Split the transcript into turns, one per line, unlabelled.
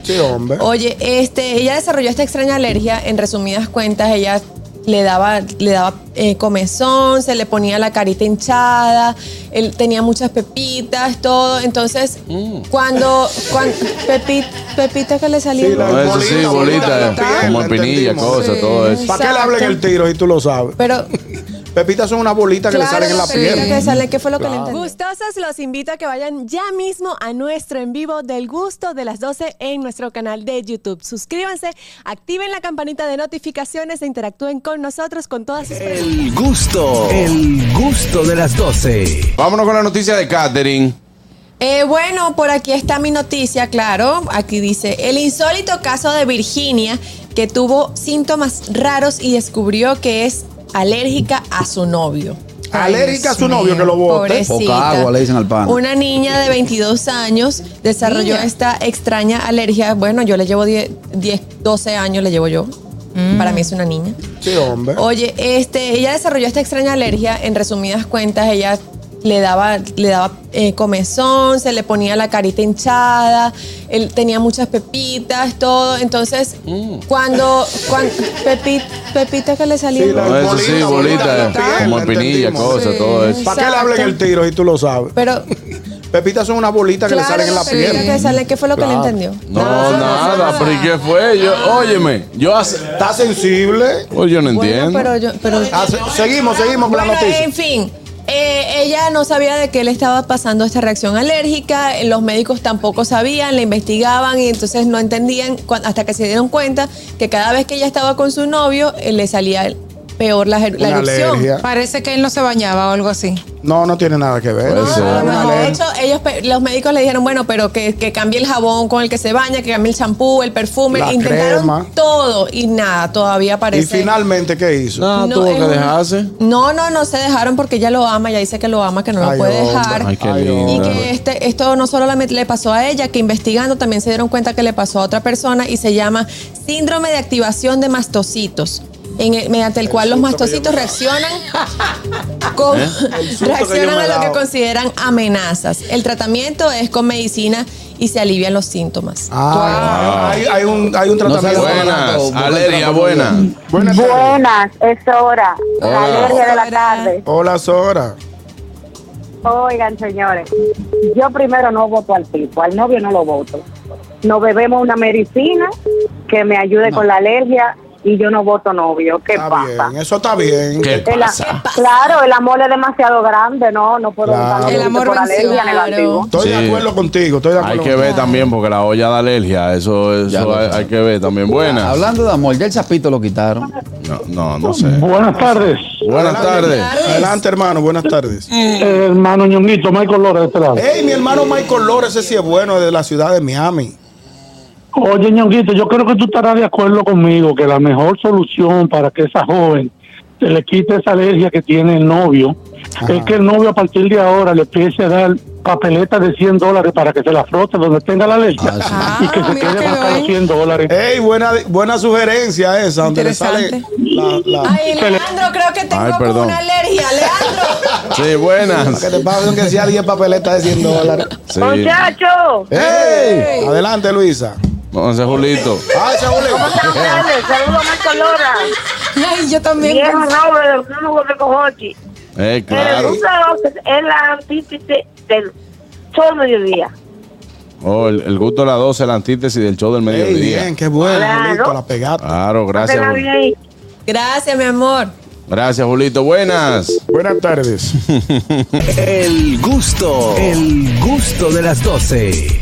este hombre.
Oye, este, ella desarrolló esta extraña alergia. En resumidas cuentas, ella le daba, le daba eh, comezón, se le ponía la carita hinchada, él tenía muchas pepitas, todo. Entonces,
Mm.
cuando, cuan- pepi- pepita que le salía.
Sí, la-
No, eso sí,
Bolita,
bolita,
bolita,
eh,
entendimos.
como espinilla, cosa,
Sí.
todo eso.
¿Para qué le
Exacto.
hablen el tiro si tú lo sabes?
pero
Pepitas son unas bolitas que le salen en la
las pepitas
piel.
que salen, ¿qué fue lo que le entendí? Gustosos, los invito a que vayan ya mismo a nuestro en vivo del gusto de las 12 en nuestro canal de YouTube. Suscríbanse, activen la campanita de notificaciones e interactúen con nosotros con todas sus preguntas.
El gusto, el gusto de las 12.
Vámonos con la noticia de Catherine.
Eh, bueno, por aquí está mi noticia, claro. Aquí dice, el insólito caso de Virginia que tuvo síntomas raros y descubrió que es alérgica a su novio. Ay,
Alérgica a
Dios
su novio,
mío,
que lo bote.
pobrecita.
Poca agua le dicen al pana.
Una niña de 22 años desarrolló
Niña.
esta extraña alergia. Bueno, yo le llevo 10, 10, 12 años, le llevo yo. Para mí es una niña.
Sí, hombre.
Oye, este, ella desarrolló esta extraña alergia. En resumidas cuentas, ella le daba, le daba eh, comezón, se le ponía la carita hinchada, él tenía muchas pepitas, todo. Entonces,
Mm.
cuando, cuando pepi- pepita que le salía.
Sí, la-
No, eso sí,
Bolita, bolita,
bolita, eh,
bolita,
como
entendimos.
espinilla, cosa,
Sí.
todo eso.
¿Para qué le hablen el tiro si tú lo sabes?
Pero
Pepitas son unas bolitas que le
claro,
salen en la
la pepita que
piel.
le sale, ¿qué fue lo que le entendió?
No, nada, pero ¿y qué fue? Yo, óyeme, yo hace...
¿Está sensible?
Oye, yo no
Bueno,
entiendo.
pero yo, pero
Ah, se- seguimos, seguimos con
Bueno,
la noticia.
en fin. eh, ella no sabía de qué le estaba pasando esta reacción alérgica, eh, los médicos tampoco sabían, le investigaban y entonces no entendían cu- hasta que se dieron cuenta que cada vez que ella estaba con su novio eh, le salía peor la, jer- la
Una
erupción.
alergia.
Parece que él no se bañaba o algo así.
No, no tiene nada que ver.
Puede
No,
ser.
Una
no, no, Ah, de
alergia.
hecho, ellos, pe- los médicos le dijeron, bueno, pero que, que cambie el jabón con el que se baña, que cambie el champú, el perfume,
La
intentaron
crema.
todo y nada, todavía
Y
parece.
finalmente, ¿qué hizo?
Nada,
No,
Ah, tuvo
es
que
un-
dejarse.
No, no, no se dejaron porque ella lo ama, ella dice que lo ama, que no lo
Ay,
puede
hombre.
dejar.
Ay, qué
Ay,
lindo.
Y
Claro.
que este, esto no solo la met- le pasó a ella, que investigando también se dieron cuenta que le pasó a otra persona y se llama síndrome de activación de mastocitos, en el- mediante el, cual los mastocitos reaccionan, con-
¿Eh?
susto que yo
reaccionan
me he
a lo que
dado.
consideran amenazas. El tratamiento es con medicina y se alivian los síntomas.
Ah, hay, hay un, hay un tratamiento.
Buenas, alergia, buena.
Buenas. tardes.
Buenas, es hora.
Ah.
Hola.
La alergia de
Hora.
la tarde.
Hola, Sora.
Oigan, señores, yo primero no voto al tipo, al novio no lo voto. Nos bebemos una medicina que me ayude con la alergia y yo no voto novio. ¿Qué
Está
pasa?
bien, eso está bien.
¿Qué
El a-
pasa?
claro, el amor es demasiado grande, no, no puedo
Claro.
votar
El
amor
por
venció,
alergia
claro.
negativo.
Estoy
Sí.
de acuerdo contigo, estoy de
Hay
acuerdo
que ver también, porque la olla de alergia, eso,
Ya
eso
lo
hay,
sé.
hay que ver también. Buenas.
Hablando de amor, ya el chapito lo quitaron.
No, no, no sé.
Buenas tardes,
Buenas tardes.
contigo. Adelante, hermano, buenas tardes.
Eh, hermano ñonguito, Michael Lora de este lado.
Hey, mi hermano Michael Lore, ese sí es bueno, de la ciudad de Miami.
Oye, ñonguito, yo creo que tú estarás de acuerdo conmigo que la mejor solución para que esa joven se le quite esa alergia que tiene el novio es que el novio a partir de ahora le empiece a dar papeletas de 100 dólares para que se la frote donde tenga la alergia
Ah,
y que
Ah,
se
mira
quede
qué
hasta los
bien.
100 dólares.
Hey, buena, buena sugerencia esa, donde le sale
Interesante.
la, la-
Ay, Leandro, creo que tengo
Ay,
como
perdón.
una alergia, Leandro.
Sí,
que
buenas.
te pasan que sea 10 papeletas de 100 dólares.
Sí.
Muchachos,
Hey, adelante, Luisa.
No sé, Julito.
Ah, ese abuelo.
buenas tardes, saludos a Michael Lora.
Ay, yo también.
Viejo Robert, del Club de Cojochi.
Eh,
El
claro.
gusto es la antítesis del sol mediodía.
Oh, el, el gusto de las 12, la antítesis del show del
Ey,
mediodía.
bien, qué bueno,
Claro.
Julito, la pegaste.
Claro, gracias.
Pásenla
Jul-
bien.
Gracias, mi amor.
Gracias, Julito. Buenas.
Buenas tardes.
El gusto, el gusto de las 12.